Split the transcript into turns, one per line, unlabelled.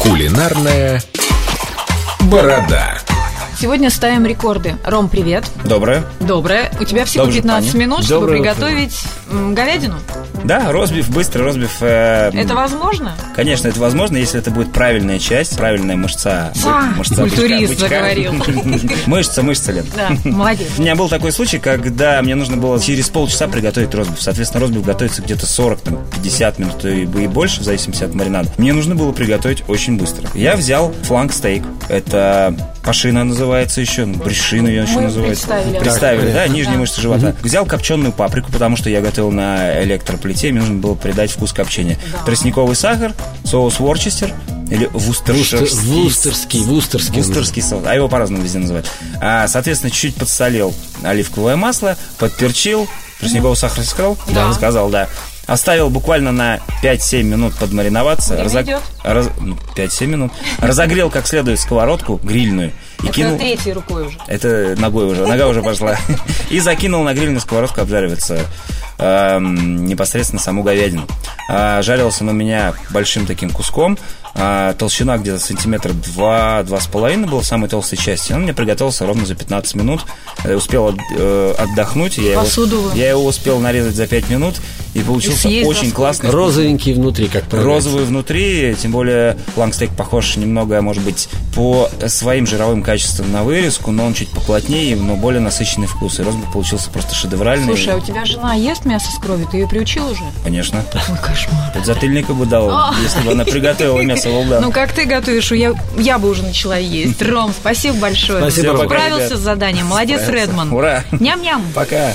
Кулинарная борода.
Сегодня ставим рекорды. Ром, привет.
Доброе.
Доброе. У тебя всего
Доброе,
15
Таня.
минут, чтобы
Доброе утро.
приготовить м, говядину.
Да, розбив, быстро розбив. э,
Это возможно?
Конечно, это возможно, если это будет правильная часть, правильная мышца.
А,
бы- мышца
культурист
бычка- бычка. Мышца, мышца, Лен.
Да, молодец.
У меня был такой случай, когда мне нужно было через полчаса приготовить розбив. Соответственно, розбив готовится где-то 40, там, 50 минут и и больше, в зависимости от маринада. Мне нужно было приготовить очень быстро. Я взял фланк стейк. Это пашина называется еще, ну, брюшина ее еще
Мы
называется.
представили.
Представили, да, нижняя
Да.
мышца живота. Взял копченую паприку, потому что я готовил на электроплите, мне нужно было придать вкус копчения.
Да.
Тростниковый сахар, соус ворчестер или вустершерский.
Вустерский, вустерский.
Вустерский соус, а его по-разному везде называют. А, соответственно, чуть-чуть подсолил оливковое масло, подперчил, тростниковый сахар сказал?
Да.
Сказал, да. Оставил буквально на 5-7 минут подмариноваться.
Время идет.
раз- ну, 5-7 минут. Разогрел как следует сковородку грильную и
Это
кинул...
третьей рукой уже.
Это ногой уже, нога уже пошла. И закинул на грильную сковородку обжариваться эм, непосредственно саму говядину. А, Жарился он у меня большим таким куском. А, Толщина где-то сантиметра два, два с половиной была в самой толстой части. Он мне приготовился ровно за 15 минут. Э, Успел от- э, отдохнуть. Я
Посуду
его,
вымыл.
я его успел нарезать за 5 минут. И получился
съесть за
очень
сколько?
классный
Розовенький внутри, как правило.
розовый внутри, тем более флангстейк похож немного, может быть, по своим жировым качествам на вырезку, но он чуть поплотнее, но более насыщенный вкус. И розбив получился просто шедевральный.
Слушай, а у тебя жена ест мясо с кровью? Ты ее приучил уже?
Конечно.
Ой, кошмар.
Подзатыльника бы дал, если бы она приготовила мясо волда.
А. Ну, как ты готовишь? Я, я бы уже начала есть. Ром, спасибо большое.
Спасибо, Ром.
Справился с заданием. Молодец, Редман.
Ура!
Ням-ням.
Пока!